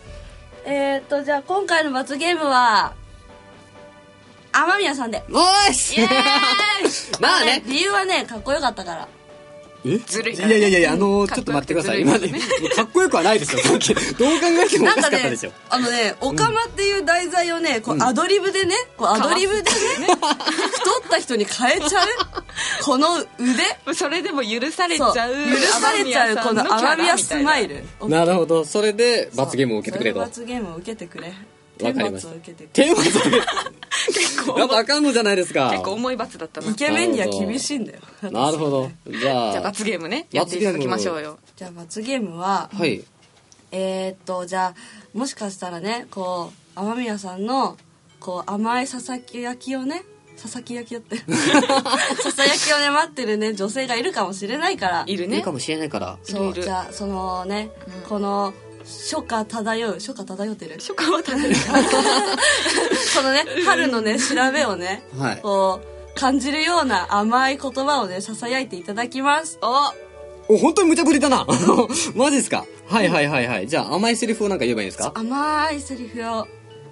[SPEAKER 1] えー、っとじゃあ今回の罰ゲームは雨宮さんで
[SPEAKER 3] おーし <laughs> まあね
[SPEAKER 1] 理由はねかっこよかったから
[SPEAKER 3] え
[SPEAKER 2] ずるい
[SPEAKER 3] いやいやいやあの
[SPEAKER 2] か
[SPEAKER 3] ち
[SPEAKER 2] っ
[SPEAKER 3] ょっと
[SPEAKER 2] こよ
[SPEAKER 3] 待
[SPEAKER 2] くて
[SPEAKER 3] ってください
[SPEAKER 2] ずる
[SPEAKER 3] 今
[SPEAKER 2] い
[SPEAKER 3] ねかっこよくはないですよさっきどう考えてもお
[SPEAKER 1] なんか
[SPEAKER 3] かしかったで
[SPEAKER 1] ね
[SPEAKER 3] しょ、
[SPEAKER 1] あのね、オカマっていう題材をね、こうアドリブでね、こうアドリブでね、太った人に変えちゃう、この腕、
[SPEAKER 2] それでも許されち
[SPEAKER 1] そう、許
[SPEAKER 2] ゃう
[SPEAKER 1] されちゃう、このアマビアスマイル。
[SPEAKER 3] なるほどそれで罰ゲームを受けてくれ
[SPEAKER 1] そ
[SPEAKER 3] と
[SPEAKER 1] う罰ゲームを受けてくれ。
[SPEAKER 3] わ
[SPEAKER 1] 天
[SPEAKER 3] かりまし
[SPEAKER 1] 罰
[SPEAKER 3] た
[SPEAKER 1] を受けてくれ。
[SPEAKER 3] テーマされ
[SPEAKER 1] <laughs>
[SPEAKER 2] 結構
[SPEAKER 3] やっぱあかんのじゃないですか
[SPEAKER 2] 結構重い罰だったな
[SPEAKER 1] イ
[SPEAKER 2] じ
[SPEAKER 1] ケメンには厳しいんだよ。
[SPEAKER 3] なるほど。じゃあ。
[SPEAKER 2] ゃあ罰ゲームねやっていただきましょうよ
[SPEAKER 1] じゃあ罰ゲームは、
[SPEAKER 3] はい。
[SPEAKER 1] えー、っと、じゃあ、もしかしたらね、こう、雨宮さんの、こう、甘い佐々木焼きをね、佐々木焼きをって、 <laughs> 佐々焼きをね、待ってるね、女性がいるかもしれないから、
[SPEAKER 2] いる
[SPEAKER 3] い
[SPEAKER 2] ね
[SPEAKER 3] るかもしれないから。
[SPEAKER 1] そう、
[SPEAKER 2] いる
[SPEAKER 1] じゃあ、そのね、この、初夏漂う、初夏漂ってる。
[SPEAKER 2] 初夏は大変
[SPEAKER 1] <laughs> このね、春のね、調べをね、
[SPEAKER 3] はい
[SPEAKER 1] こう、感じるような甘い言葉をね、囁いていただきます。
[SPEAKER 2] お
[SPEAKER 3] お、本当に無茶ぶりだな。 <laughs> マジですか。はいはいはいはい。じゃあ甘いセリフをなんか言えばいいんですか
[SPEAKER 1] 甘いセリフを、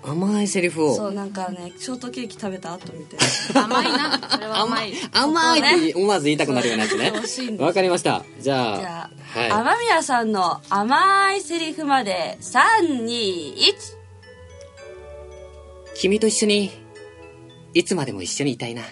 [SPEAKER 3] 甘いセリフ
[SPEAKER 1] そ
[SPEAKER 3] を。
[SPEAKER 1] う、なんかね、ショートケーキ食べた後みたいな。
[SPEAKER 2] 甘いなそれは甘い
[SPEAKER 3] 甘いって思わず言いたくなるようなやつね
[SPEAKER 1] そう欲しいん。です
[SPEAKER 3] わかりました。じゃあ。
[SPEAKER 1] じゃあ、
[SPEAKER 3] はい。
[SPEAKER 1] 雨宮さんの甘いセリフまで321
[SPEAKER 3] 君と一緒に、いつまでも一緒にいたいな。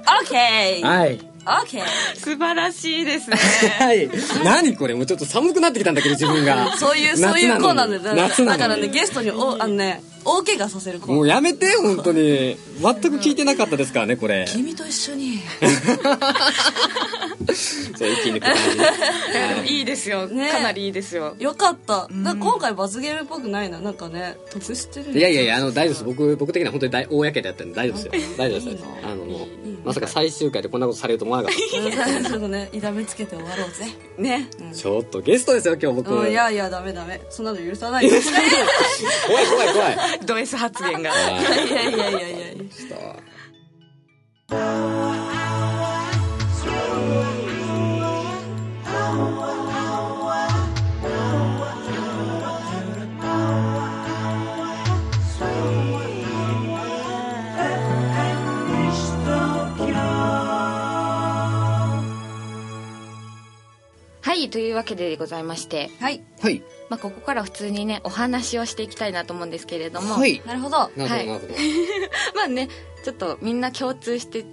[SPEAKER 1] オッケー
[SPEAKER 3] はい。
[SPEAKER 1] オッケー
[SPEAKER 2] <laughs> 素晴らしいですね
[SPEAKER 3] はい。何これもうちょっと寒くなってきたんだけど、自分
[SPEAKER 1] <laughs>
[SPEAKER 3] が。
[SPEAKER 1] そういうそういうコーナーでだから
[SPEAKER 3] 夏なのに
[SPEAKER 1] だからねゲストにおあのね大怪我させるコー
[SPEAKER 3] も
[SPEAKER 1] ナー
[SPEAKER 3] うやめて、本当に。全く聞いてなかったですからね、これ。
[SPEAKER 1] 君と一緒に
[SPEAKER 3] <laughs> そう、息抜く感じね。
[SPEAKER 2] いやで <laughs> もいいですよ
[SPEAKER 1] ね
[SPEAKER 2] かなりいいですよ
[SPEAKER 1] よかったなんか今回罰ゲームっぽくないななんかね得してる
[SPEAKER 3] いやいやい
[SPEAKER 1] や
[SPEAKER 3] や、あの、大丈夫です。僕、僕的には本当に大、大やけだったんで大丈夫ですよ。大丈夫です。あの、もう、まさか最終回でこんなことされると思わなかっ
[SPEAKER 1] <laughs> ちょっとね痛めつけて終わろうぜ
[SPEAKER 2] ね
[SPEAKER 3] た。ちょっとゲストですよ、今日僕。
[SPEAKER 1] うんいやいやダメダメそんなの許さないよい
[SPEAKER 3] <laughs> 怖い怖い怖い。
[SPEAKER 2] ド S 発言が
[SPEAKER 1] やいやいやいやいや
[SPEAKER 3] ちょっと
[SPEAKER 2] はいというわけでございまして
[SPEAKER 1] はい
[SPEAKER 3] はい。
[SPEAKER 2] まあここから普通にねお話をしていきたいなと思うんですけれども
[SPEAKER 3] はい。
[SPEAKER 1] なるほど
[SPEAKER 3] なるほど、なるほど。
[SPEAKER 2] まあねちょっとみんな共通してちょ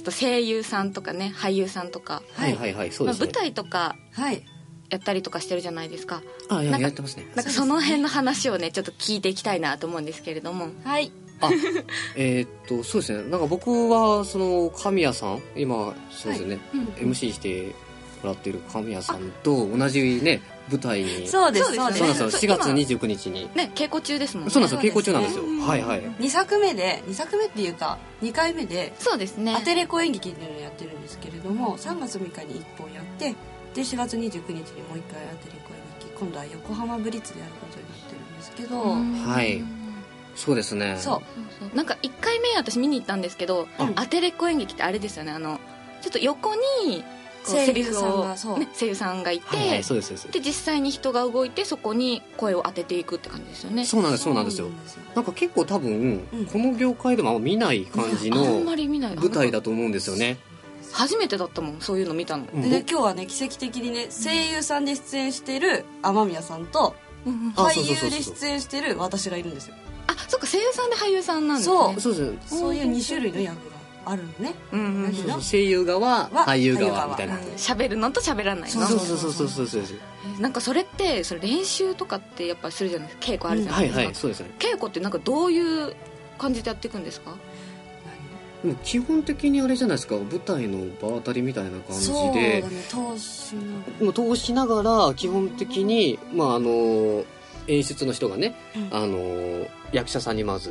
[SPEAKER 2] っと声優さんとかね俳優さんとか、
[SPEAKER 3] はいはいはい、そう
[SPEAKER 2] まあ、
[SPEAKER 3] ですね
[SPEAKER 2] 舞。台とか
[SPEAKER 1] はい
[SPEAKER 2] やったりとかしてるじゃないですか
[SPEAKER 3] あ、い
[SPEAKER 2] な
[SPEAKER 3] や、
[SPEAKER 2] んか
[SPEAKER 3] やってますね。
[SPEAKER 2] なんかその辺の話をねちょっと聞いていきたいなと思うんですけれども
[SPEAKER 1] はい
[SPEAKER 3] あ、えーっと、そうですね。なんか僕は、その、神谷さん、今、そうですよね。MC してらってる神谷さんと同じね舞台に
[SPEAKER 1] そうです
[SPEAKER 2] そ
[SPEAKER 1] そうう
[SPEAKER 2] で
[SPEAKER 1] ですす
[SPEAKER 3] そうなんですよ4月
[SPEAKER 2] 今
[SPEAKER 3] 29日に
[SPEAKER 2] ね稽古中ですもんね
[SPEAKER 3] そうなんですよ
[SPEAKER 1] そうですね
[SPEAKER 3] 稽古中なんですよ
[SPEAKER 2] うん
[SPEAKER 3] はいはい
[SPEAKER 1] 2作目で2作目っていうか2回目で
[SPEAKER 2] そうですね
[SPEAKER 1] アテレコ演劇っていうのをやってるんですけれども3月3日に1本やってで4月29日にもう1回アテレコ演劇今度は横浜ブリッツでやることになってるんですけど、
[SPEAKER 2] うん
[SPEAKER 3] はいそうですね
[SPEAKER 1] そう
[SPEAKER 2] そうそうなんか1回目私見に行ったんですけど、
[SPEAKER 1] うん
[SPEAKER 2] アテレコ演劇ってあれですよねあのちょっと横にこう
[SPEAKER 1] 声優さんが
[SPEAKER 2] セリフ
[SPEAKER 1] そ
[SPEAKER 2] を
[SPEAKER 1] う
[SPEAKER 2] ね、声優さんがいて、
[SPEAKER 3] はいはいそうですそうで
[SPEAKER 2] で実際に人が動いてそこに声を当てていくって感じですよね
[SPEAKER 3] すそうなんですそうなんですよなんか結構多分、
[SPEAKER 1] うん
[SPEAKER 3] この業界でもあんま見ない感じ
[SPEAKER 2] あ
[SPEAKER 3] の
[SPEAKER 2] んまり見ない
[SPEAKER 3] 舞台
[SPEAKER 2] だ
[SPEAKER 3] だと思うんですよね、
[SPEAKER 2] 初めてだったもんそういうの見たの、
[SPEAKER 3] うん
[SPEAKER 1] でね今日はね奇跡的にね声優さんで出演している雨宮さんと
[SPEAKER 3] あ
[SPEAKER 1] 俳
[SPEAKER 3] そうそうそうそ
[SPEAKER 1] 優
[SPEAKER 3] う
[SPEAKER 1] で出演している私がいるんですよ
[SPEAKER 2] あそっか声優さんで俳優さんなんですね
[SPEAKER 1] そう
[SPEAKER 3] そうですね
[SPEAKER 1] そういう2種類の役があるのね
[SPEAKER 2] うんうんうん
[SPEAKER 1] 何
[SPEAKER 3] そう
[SPEAKER 1] が
[SPEAKER 3] そう声優側
[SPEAKER 1] は
[SPEAKER 3] 俳優
[SPEAKER 1] 俳優
[SPEAKER 3] 側
[SPEAKER 1] 側
[SPEAKER 3] みたいな
[SPEAKER 1] うん
[SPEAKER 2] 喋るのと喋らない
[SPEAKER 3] そ
[SPEAKER 2] の
[SPEAKER 3] うそうそうそうそうそうそう
[SPEAKER 2] なんかそれってそれ練習とかってやっぱするじゃないですか稽古あるじゃな
[SPEAKER 3] はいい
[SPEAKER 2] ですか、
[SPEAKER 3] はいそうですね
[SPEAKER 2] 稽古ってなんかどういう感じでやっていくんですか
[SPEAKER 3] でも基本的にあれじゃないですか舞台の場当たりみたいな感じ
[SPEAKER 1] そうだ
[SPEAKER 3] で
[SPEAKER 1] ね投資の
[SPEAKER 3] もう通しながら基本的に、まあ、あの演出の人がね、
[SPEAKER 1] うん
[SPEAKER 3] あの役者さんにまず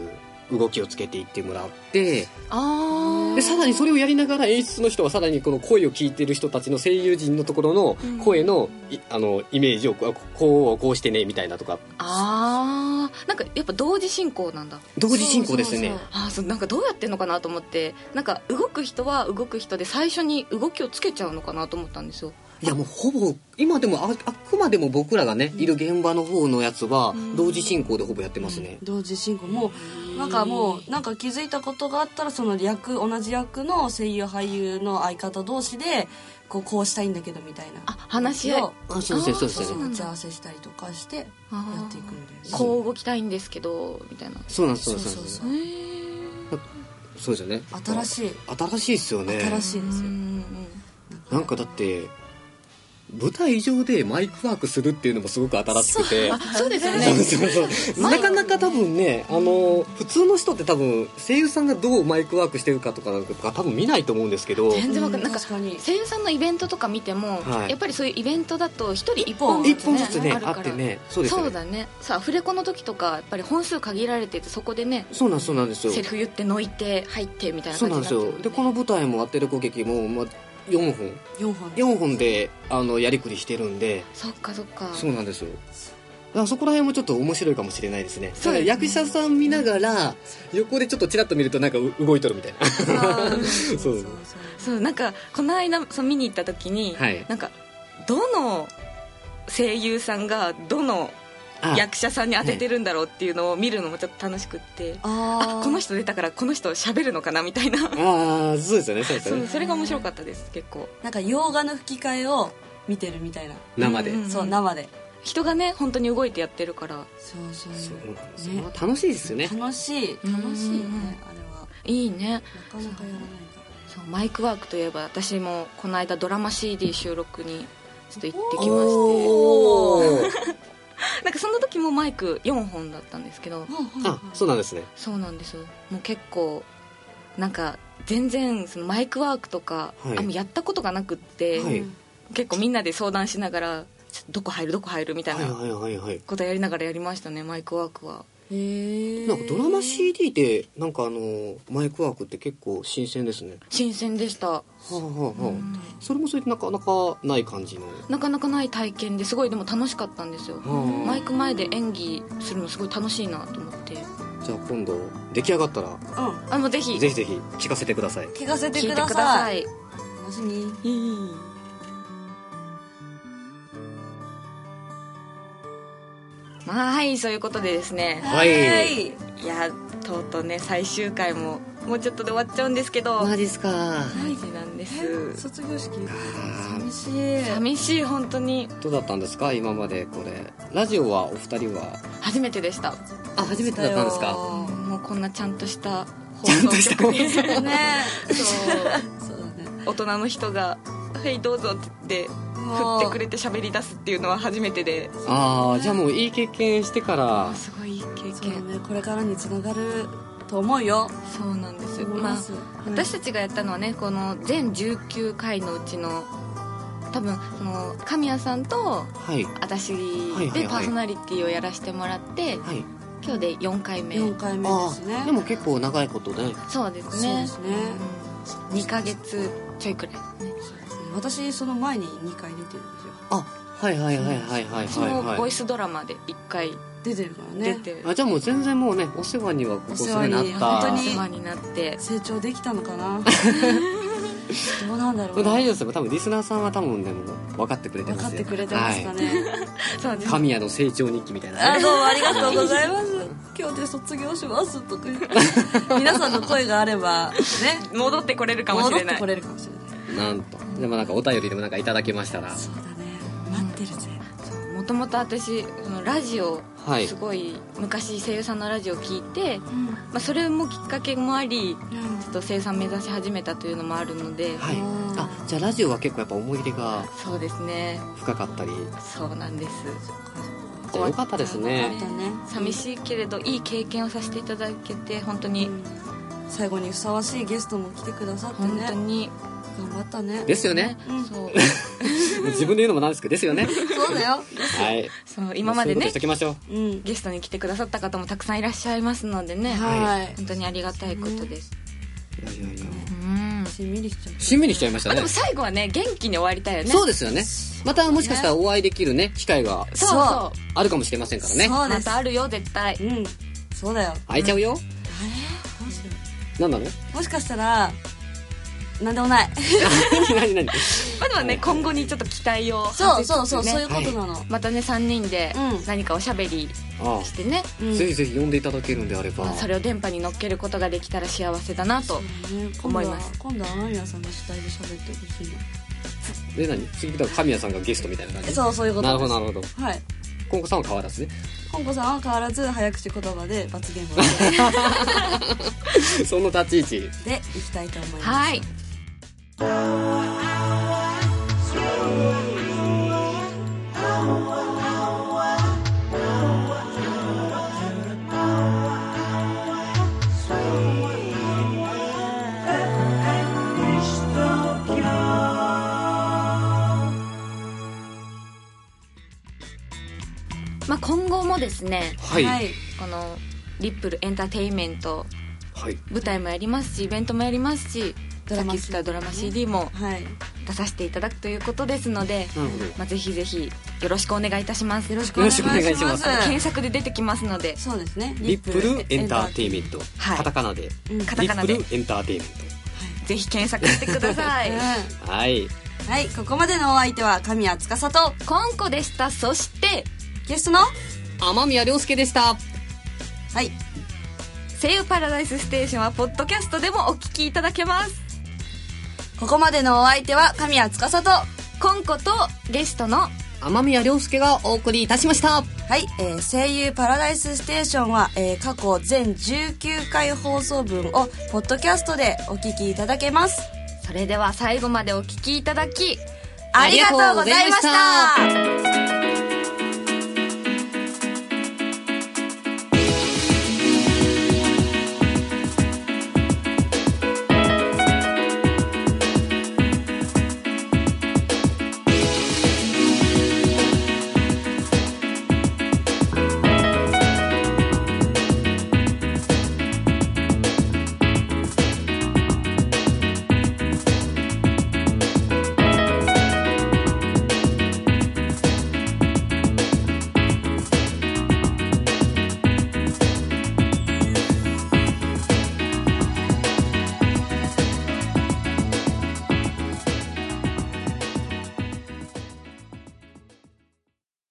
[SPEAKER 3] 動きをつけていってもらって
[SPEAKER 2] あ
[SPEAKER 3] でさらにそれをやりながら演出の人はさらにこの声を聞いてる人たちの声優陣のところの声の,い、あのイメージをこうこうこうしてねみたいなとか
[SPEAKER 2] あーなんかやっぱ同時進行なんだ
[SPEAKER 3] 同時進行です
[SPEAKER 1] そ
[SPEAKER 3] ね
[SPEAKER 1] うそうそう
[SPEAKER 2] あーそうなんかどうやってんのかなと思ってなんか動く人は動く人で最初に動きをつけちゃうのかなと思ったんですよ
[SPEAKER 3] いやもうほぼ今でもああくまでも僕らがねいる現場の方のやつは同時進行でほぼやってますね、
[SPEAKER 1] 同時進行もうなんかもうなんか気づいたことがあったらその役同じ役の声優俳優の相方同士でこうこうしたいんだけどみたいな
[SPEAKER 2] あ話し合い
[SPEAKER 1] を
[SPEAKER 3] あそうですね
[SPEAKER 2] あー
[SPEAKER 3] そうで
[SPEAKER 1] そう
[SPEAKER 3] す
[SPEAKER 1] そ
[SPEAKER 2] な
[SPEAKER 3] ね
[SPEAKER 1] うん打
[SPEAKER 2] だ
[SPEAKER 1] ち合わせしたりとかしてやっていくんです
[SPEAKER 2] こう動きたいんですけどみたいなへ
[SPEAKER 3] そうなんですそうなんです
[SPEAKER 1] そうそうそ
[SPEAKER 3] そううですよね
[SPEAKER 1] 新しい
[SPEAKER 3] 新しいですよね
[SPEAKER 1] 新しいですよ
[SPEAKER 3] なんかだって舞台上でマイクワークするっていうのもすごく新しくて
[SPEAKER 2] あそうですよね
[SPEAKER 3] そうそうそうなかなか多分ねあの普通の人って多分声優さんがどうマイクワークしてるかとかなんか多分見ないと思うんですけど
[SPEAKER 2] 全然わかんな
[SPEAKER 1] うん
[SPEAKER 2] いなんか
[SPEAKER 1] 確かに
[SPEAKER 2] 声優さんのイベントとか見ても、
[SPEAKER 3] はい
[SPEAKER 2] やっぱりそういうイベントだと一人一本,、
[SPEAKER 1] 一
[SPEAKER 3] 一本ずつねあってねそうですよ
[SPEAKER 2] そう
[SPEAKER 3] ね
[SPEAKER 2] だねさあアフレコの時とかやっぱり本数限られててそこでね
[SPEAKER 3] そうなんですそうなんですよ
[SPEAKER 2] セリフ言って抜いて入ってみたいな
[SPEAKER 3] そう
[SPEAKER 2] 感じ
[SPEAKER 3] なん
[SPEAKER 2] に
[SPEAKER 3] で
[SPEAKER 2] なっ
[SPEAKER 3] す
[SPEAKER 2] てるもんね
[SPEAKER 3] よでこの舞台もアテレコ劇も、まあ、4本
[SPEAKER 1] 4本で
[SPEAKER 3] 4本であのやりくりしてるんで
[SPEAKER 2] そっかそっか
[SPEAKER 3] そうなんですよだからそこら辺もちょっと面白いかもしれないですね
[SPEAKER 2] そうですね
[SPEAKER 3] だから役者さん見ながら横でちょっとちらっと見るとなんかう動いとるみたいな
[SPEAKER 1] そう
[SPEAKER 3] <laughs> そう
[SPEAKER 2] そうなんかこの間そう見に行った時に、
[SPEAKER 3] はい
[SPEAKER 2] なんかどの声優さんがどの
[SPEAKER 3] あ
[SPEAKER 2] 役者さんに当ててるんだろうっていうのを見るのもちょっと楽しくって
[SPEAKER 1] あ
[SPEAKER 2] あ
[SPEAKER 1] あ
[SPEAKER 2] この人出たからこの人喋るのかなみたいな
[SPEAKER 3] あーそうですよねそうですよ
[SPEAKER 2] そう
[SPEAKER 3] ね
[SPEAKER 2] それが面白かったです結構
[SPEAKER 1] なんか洋画の吹き替えを見てるみたいな、
[SPEAKER 3] 生で、
[SPEAKER 2] うんうん
[SPEAKER 1] そう生で
[SPEAKER 2] 人がね本当に動いてやってるから
[SPEAKER 1] そうそう
[SPEAKER 3] そうなんですよ
[SPEAKER 1] ね
[SPEAKER 3] 楽しいですよね
[SPEAKER 1] 楽しい
[SPEAKER 2] うん
[SPEAKER 1] 楽しいね、
[SPEAKER 2] うん
[SPEAKER 1] あれはい
[SPEAKER 2] いね
[SPEAKER 1] なかなかやらないか
[SPEAKER 2] そうマイクワークといえば私もこの間ドラマ CD 収録にちょっと行って
[SPEAKER 1] で
[SPEAKER 2] きまし
[SPEAKER 3] おー
[SPEAKER 2] てなんかその時もマイク4本だったんですけど
[SPEAKER 1] ら、うんうん
[SPEAKER 3] あそうなんですね
[SPEAKER 2] そうなんですよもう結構なんか全然そのマイクワークとか、
[SPEAKER 3] はい
[SPEAKER 2] あんまやったことがなくって、
[SPEAKER 3] はい
[SPEAKER 2] 結構みんなで相談しながらちょっとどこ入るどこ入るみたい
[SPEAKER 3] はい
[SPEAKER 2] な
[SPEAKER 3] はいはいはい
[SPEAKER 2] ことやりながらやりましたねマイクワークは
[SPEAKER 1] へえ
[SPEAKER 3] なんかドラマ CD でなんかあのマイクワークって結構新鮮ですね
[SPEAKER 2] 新鮮でした
[SPEAKER 3] はあはあはあそれもそれでなかなかない感じの
[SPEAKER 2] なかなかない体験ですごいでも楽しかったんですよ
[SPEAKER 3] うん
[SPEAKER 2] マイク前で演技するのすごい楽しいなと思って
[SPEAKER 3] じゃあ今度出来上がったら
[SPEAKER 1] うん
[SPEAKER 2] あもうぜひ
[SPEAKER 3] ぜひぜひ聞かせてください
[SPEAKER 1] 聞かせて
[SPEAKER 2] 聞いて
[SPEAKER 1] くだ
[SPEAKER 2] くださ
[SPEAKER 1] さい
[SPEAKER 2] い
[SPEAKER 1] 楽しみ
[SPEAKER 2] まあはいそういうことでですね
[SPEAKER 3] はい
[SPEAKER 1] はい
[SPEAKER 2] いやとうとうね最終回ももうちょっとで終わっちゃうんですけど
[SPEAKER 3] ジっすか
[SPEAKER 2] 大事なんで
[SPEAKER 1] え
[SPEAKER 2] す
[SPEAKER 1] 卒業式
[SPEAKER 3] あ
[SPEAKER 1] 寂しい
[SPEAKER 2] 寂しい本当に
[SPEAKER 3] どうだったんですか今までこれラジオはお二人は
[SPEAKER 2] 初めてでした
[SPEAKER 3] あ初め
[SPEAKER 2] もうこんなちゃんとした放
[SPEAKER 3] ちゃんと
[SPEAKER 2] 送
[SPEAKER 3] した
[SPEAKER 2] 局
[SPEAKER 3] 放
[SPEAKER 2] に
[SPEAKER 3] 送
[SPEAKER 1] ね
[SPEAKER 2] そう
[SPEAKER 1] そうだね
[SPEAKER 2] <laughs> 大人の人が「はいどうぞ」って言って振
[SPEAKER 1] も
[SPEAKER 2] っ
[SPEAKER 1] う
[SPEAKER 2] てくれて喋り出すっていうのは初めてで
[SPEAKER 3] ああじゃあもういい経験してから
[SPEAKER 2] あすごいいい経
[SPEAKER 1] そうだ
[SPEAKER 2] 験
[SPEAKER 1] ねこれからにつながると思うよ
[SPEAKER 2] そうなんです
[SPEAKER 1] 思い
[SPEAKER 2] まあ
[SPEAKER 1] ますはい
[SPEAKER 2] 私たちがやったのはねこの全19回のうちの多分その神谷さんと
[SPEAKER 3] はい
[SPEAKER 2] 私
[SPEAKER 3] はいはい
[SPEAKER 2] でパーソナリティをやらせてもらって、
[SPEAKER 3] はい
[SPEAKER 2] 今日で4回目
[SPEAKER 1] 4回目
[SPEAKER 3] あ
[SPEAKER 1] です
[SPEAKER 3] あ
[SPEAKER 1] ね
[SPEAKER 3] でも結構長いことね
[SPEAKER 2] そうです
[SPEAKER 1] そう
[SPEAKER 2] ね
[SPEAKER 1] ですね
[SPEAKER 2] うん、2ヶ月ちょいくらいね
[SPEAKER 1] 私その前に2回出てるんですよ
[SPEAKER 3] あはいはいはいはいはい
[SPEAKER 2] その
[SPEAKER 3] はい
[SPEAKER 2] ボ
[SPEAKER 3] は
[SPEAKER 2] イ
[SPEAKER 3] い
[SPEAKER 2] スドラマで1回
[SPEAKER 1] 出てるから
[SPEAKER 2] 出
[SPEAKER 1] ね
[SPEAKER 2] て、る
[SPEAKER 3] あじゃあもう全然もうねお世話にはここ
[SPEAKER 1] お世話に
[SPEAKER 3] そうな
[SPEAKER 1] 本
[SPEAKER 3] った
[SPEAKER 1] 当
[SPEAKER 2] お
[SPEAKER 1] に
[SPEAKER 2] 世話になって
[SPEAKER 1] 成長できたのかなどうなんだろう
[SPEAKER 3] 大
[SPEAKER 1] な
[SPEAKER 3] 丈夫ですよ多分リスナーさんは多分でも分かってくれて
[SPEAKER 1] 分
[SPEAKER 3] ます
[SPEAKER 1] か
[SPEAKER 3] よ
[SPEAKER 1] ってくれてましたね、
[SPEAKER 2] そうです
[SPEAKER 3] 神谷の成長日記みたいな
[SPEAKER 1] あ
[SPEAKER 3] ね
[SPEAKER 1] どうもありがとうございます今日で卒業しますとか言って皆さんの声があればね
[SPEAKER 2] 戻ってこれるかもし
[SPEAKER 1] 戻っ
[SPEAKER 2] れ
[SPEAKER 1] て
[SPEAKER 2] ない
[SPEAKER 1] これるかもしれない
[SPEAKER 3] なんとでもなんかお便りでもなんかいただけましたら
[SPEAKER 1] そうだね待ってるぜ
[SPEAKER 2] もともと私そのラジオ
[SPEAKER 3] はい
[SPEAKER 2] すごい昔声優さんのラジオ聞いて、ま
[SPEAKER 1] うん
[SPEAKER 2] あ、それもきっかけもあり
[SPEAKER 1] うん
[SPEAKER 2] ちょっと声優さん目指し始めたというのもあるので、
[SPEAKER 3] はい
[SPEAKER 1] うん
[SPEAKER 3] あじゃあラジオは結構やっぱ思い入れが
[SPEAKER 2] そうですね
[SPEAKER 3] 深かったり
[SPEAKER 2] そうなんです
[SPEAKER 3] じゃあよかったです
[SPEAKER 1] あ
[SPEAKER 3] ね
[SPEAKER 1] ったね
[SPEAKER 2] 寂しいけれどいい経験をさせていただけて本当に、
[SPEAKER 1] うん最後にふさわしいゲストも来てくださって
[SPEAKER 2] 本
[SPEAKER 1] ね
[SPEAKER 2] 当に
[SPEAKER 1] 頑張ったね
[SPEAKER 3] です
[SPEAKER 1] <laughs>
[SPEAKER 3] よね
[SPEAKER 1] うん
[SPEAKER 2] そう
[SPEAKER 3] 自分で言うのもなんですけどですよね
[SPEAKER 1] そうだよ
[SPEAKER 3] はい
[SPEAKER 2] そう今まで
[SPEAKER 3] そういう
[SPEAKER 2] ね
[SPEAKER 3] ことしときましょう
[SPEAKER 1] うん
[SPEAKER 2] ゲストに来てくださった方もたくさんいらっしゃいますのでね、
[SPEAKER 3] い
[SPEAKER 1] はい
[SPEAKER 2] 本当にありがたいことです、
[SPEAKER 3] いやいやいや
[SPEAKER 2] うん
[SPEAKER 1] しんみりしちゃっ
[SPEAKER 3] しんみりしちゃいました
[SPEAKER 2] あで
[SPEAKER 3] ね
[SPEAKER 2] も最後はね元気に終わりたいよね
[SPEAKER 3] そうですよねまたもしかしたらお会いできるね機会が
[SPEAKER 2] そう
[SPEAKER 1] そ
[SPEAKER 2] そ
[SPEAKER 3] あるかもしれませんから
[SPEAKER 1] た
[SPEAKER 3] ね
[SPEAKER 1] そう
[SPEAKER 2] うま
[SPEAKER 1] です
[SPEAKER 2] たあるよ絶対
[SPEAKER 1] うんそうだよ
[SPEAKER 3] 会えちゃうよ
[SPEAKER 1] あれどうしよ
[SPEAKER 3] 何なの
[SPEAKER 1] うもしかしたらなんでもない
[SPEAKER 3] <laughs> 何何
[SPEAKER 2] まあでもね今後にちょっと期待を
[SPEAKER 1] そう
[SPEAKER 2] 馳せつつ
[SPEAKER 1] そうそう、
[SPEAKER 2] ね
[SPEAKER 1] そういうことなの。
[SPEAKER 2] またね3人で
[SPEAKER 1] うん
[SPEAKER 2] 何かおしゃべり
[SPEAKER 3] あ
[SPEAKER 2] してね、
[SPEAKER 1] うん
[SPEAKER 3] あぜひぜひ呼んでいただけるんであれば
[SPEAKER 2] まあそれを電波に乗っけることができたら幸せだなと
[SPEAKER 1] ね
[SPEAKER 2] 思います。
[SPEAKER 1] 今度は今度はアマミヤさんの主体で喋ってほしいな。
[SPEAKER 3] で何次だから神谷さんがゲストみたいな感じ
[SPEAKER 1] そうそういうこと
[SPEAKER 3] なる
[SPEAKER 1] で
[SPEAKER 3] ほ
[SPEAKER 1] す。
[SPEAKER 3] どなるほど
[SPEAKER 1] はい。
[SPEAKER 3] 今後さんは変わらずね <laughs>
[SPEAKER 1] 本子さんは変わらず早口言葉で罰ゲームを
[SPEAKER 3] その立ち位置
[SPEAKER 1] でいきたいと思います。
[SPEAKER 2] はいまあ今後もですね
[SPEAKER 3] はい
[SPEAKER 1] は
[SPEAKER 3] はい
[SPEAKER 1] い。
[SPEAKER 2] このリップルエンターテインメント
[SPEAKER 3] はい
[SPEAKER 2] 舞台もやりますしイベントもやりますし
[SPEAKER 1] ドラ
[SPEAKER 2] さっき
[SPEAKER 1] マ
[SPEAKER 2] 言ってたドラマ CD も
[SPEAKER 1] はい。
[SPEAKER 2] 出させていただくということですので、
[SPEAKER 3] なるほど
[SPEAKER 2] まあ、ぜひぜひよろしくお願いいたします
[SPEAKER 1] よろしくお願いします。
[SPEAKER 3] よろしくお願いしま
[SPEAKER 2] 検索で出てきますので
[SPEAKER 1] そうですね。
[SPEAKER 3] リップルエンターテインメント
[SPEAKER 2] はい
[SPEAKER 3] カタカナで
[SPEAKER 1] うん
[SPEAKER 2] カ
[SPEAKER 1] は
[SPEAKER 2] タカナで
[SPEAKER 3] リップルエンターテインメン
[SPEAKER 2] ぜひ検索してくださ
[SPEAKER 1] <laughs>
[SPEAKER 2] い
[SPEAKER 1] い。
[SPEAKER 3] トはい
[SPEAKER 1] うんはい。ここまでのお相手は神谷司と
[SPEAKER 2] コンコでしたそして
[SPEAKER 1] ゲストのは
[SPEAKER 3] 天宮亮介でした
[SPEAKER 1] い。
[SPEAKER 2] 「声優パラダイスステーション」はポッドキャストでもお聞きいただけます
[SPEAKER 1] ここまでのお相手は神谷司と
[SPEAKER 2] コンコとゲストの
[SPEAKER 3] 天宮亮介がお送りいたしました
[SPEAKER 1] はい、えー声優パラダイスステーションは、えー過去全19回放送分をポッドキャストでお聞きいただけます。
[SPEAKER 2] それでは最後までお聞きいただき
[SPEAKER 1] ありがとうございました。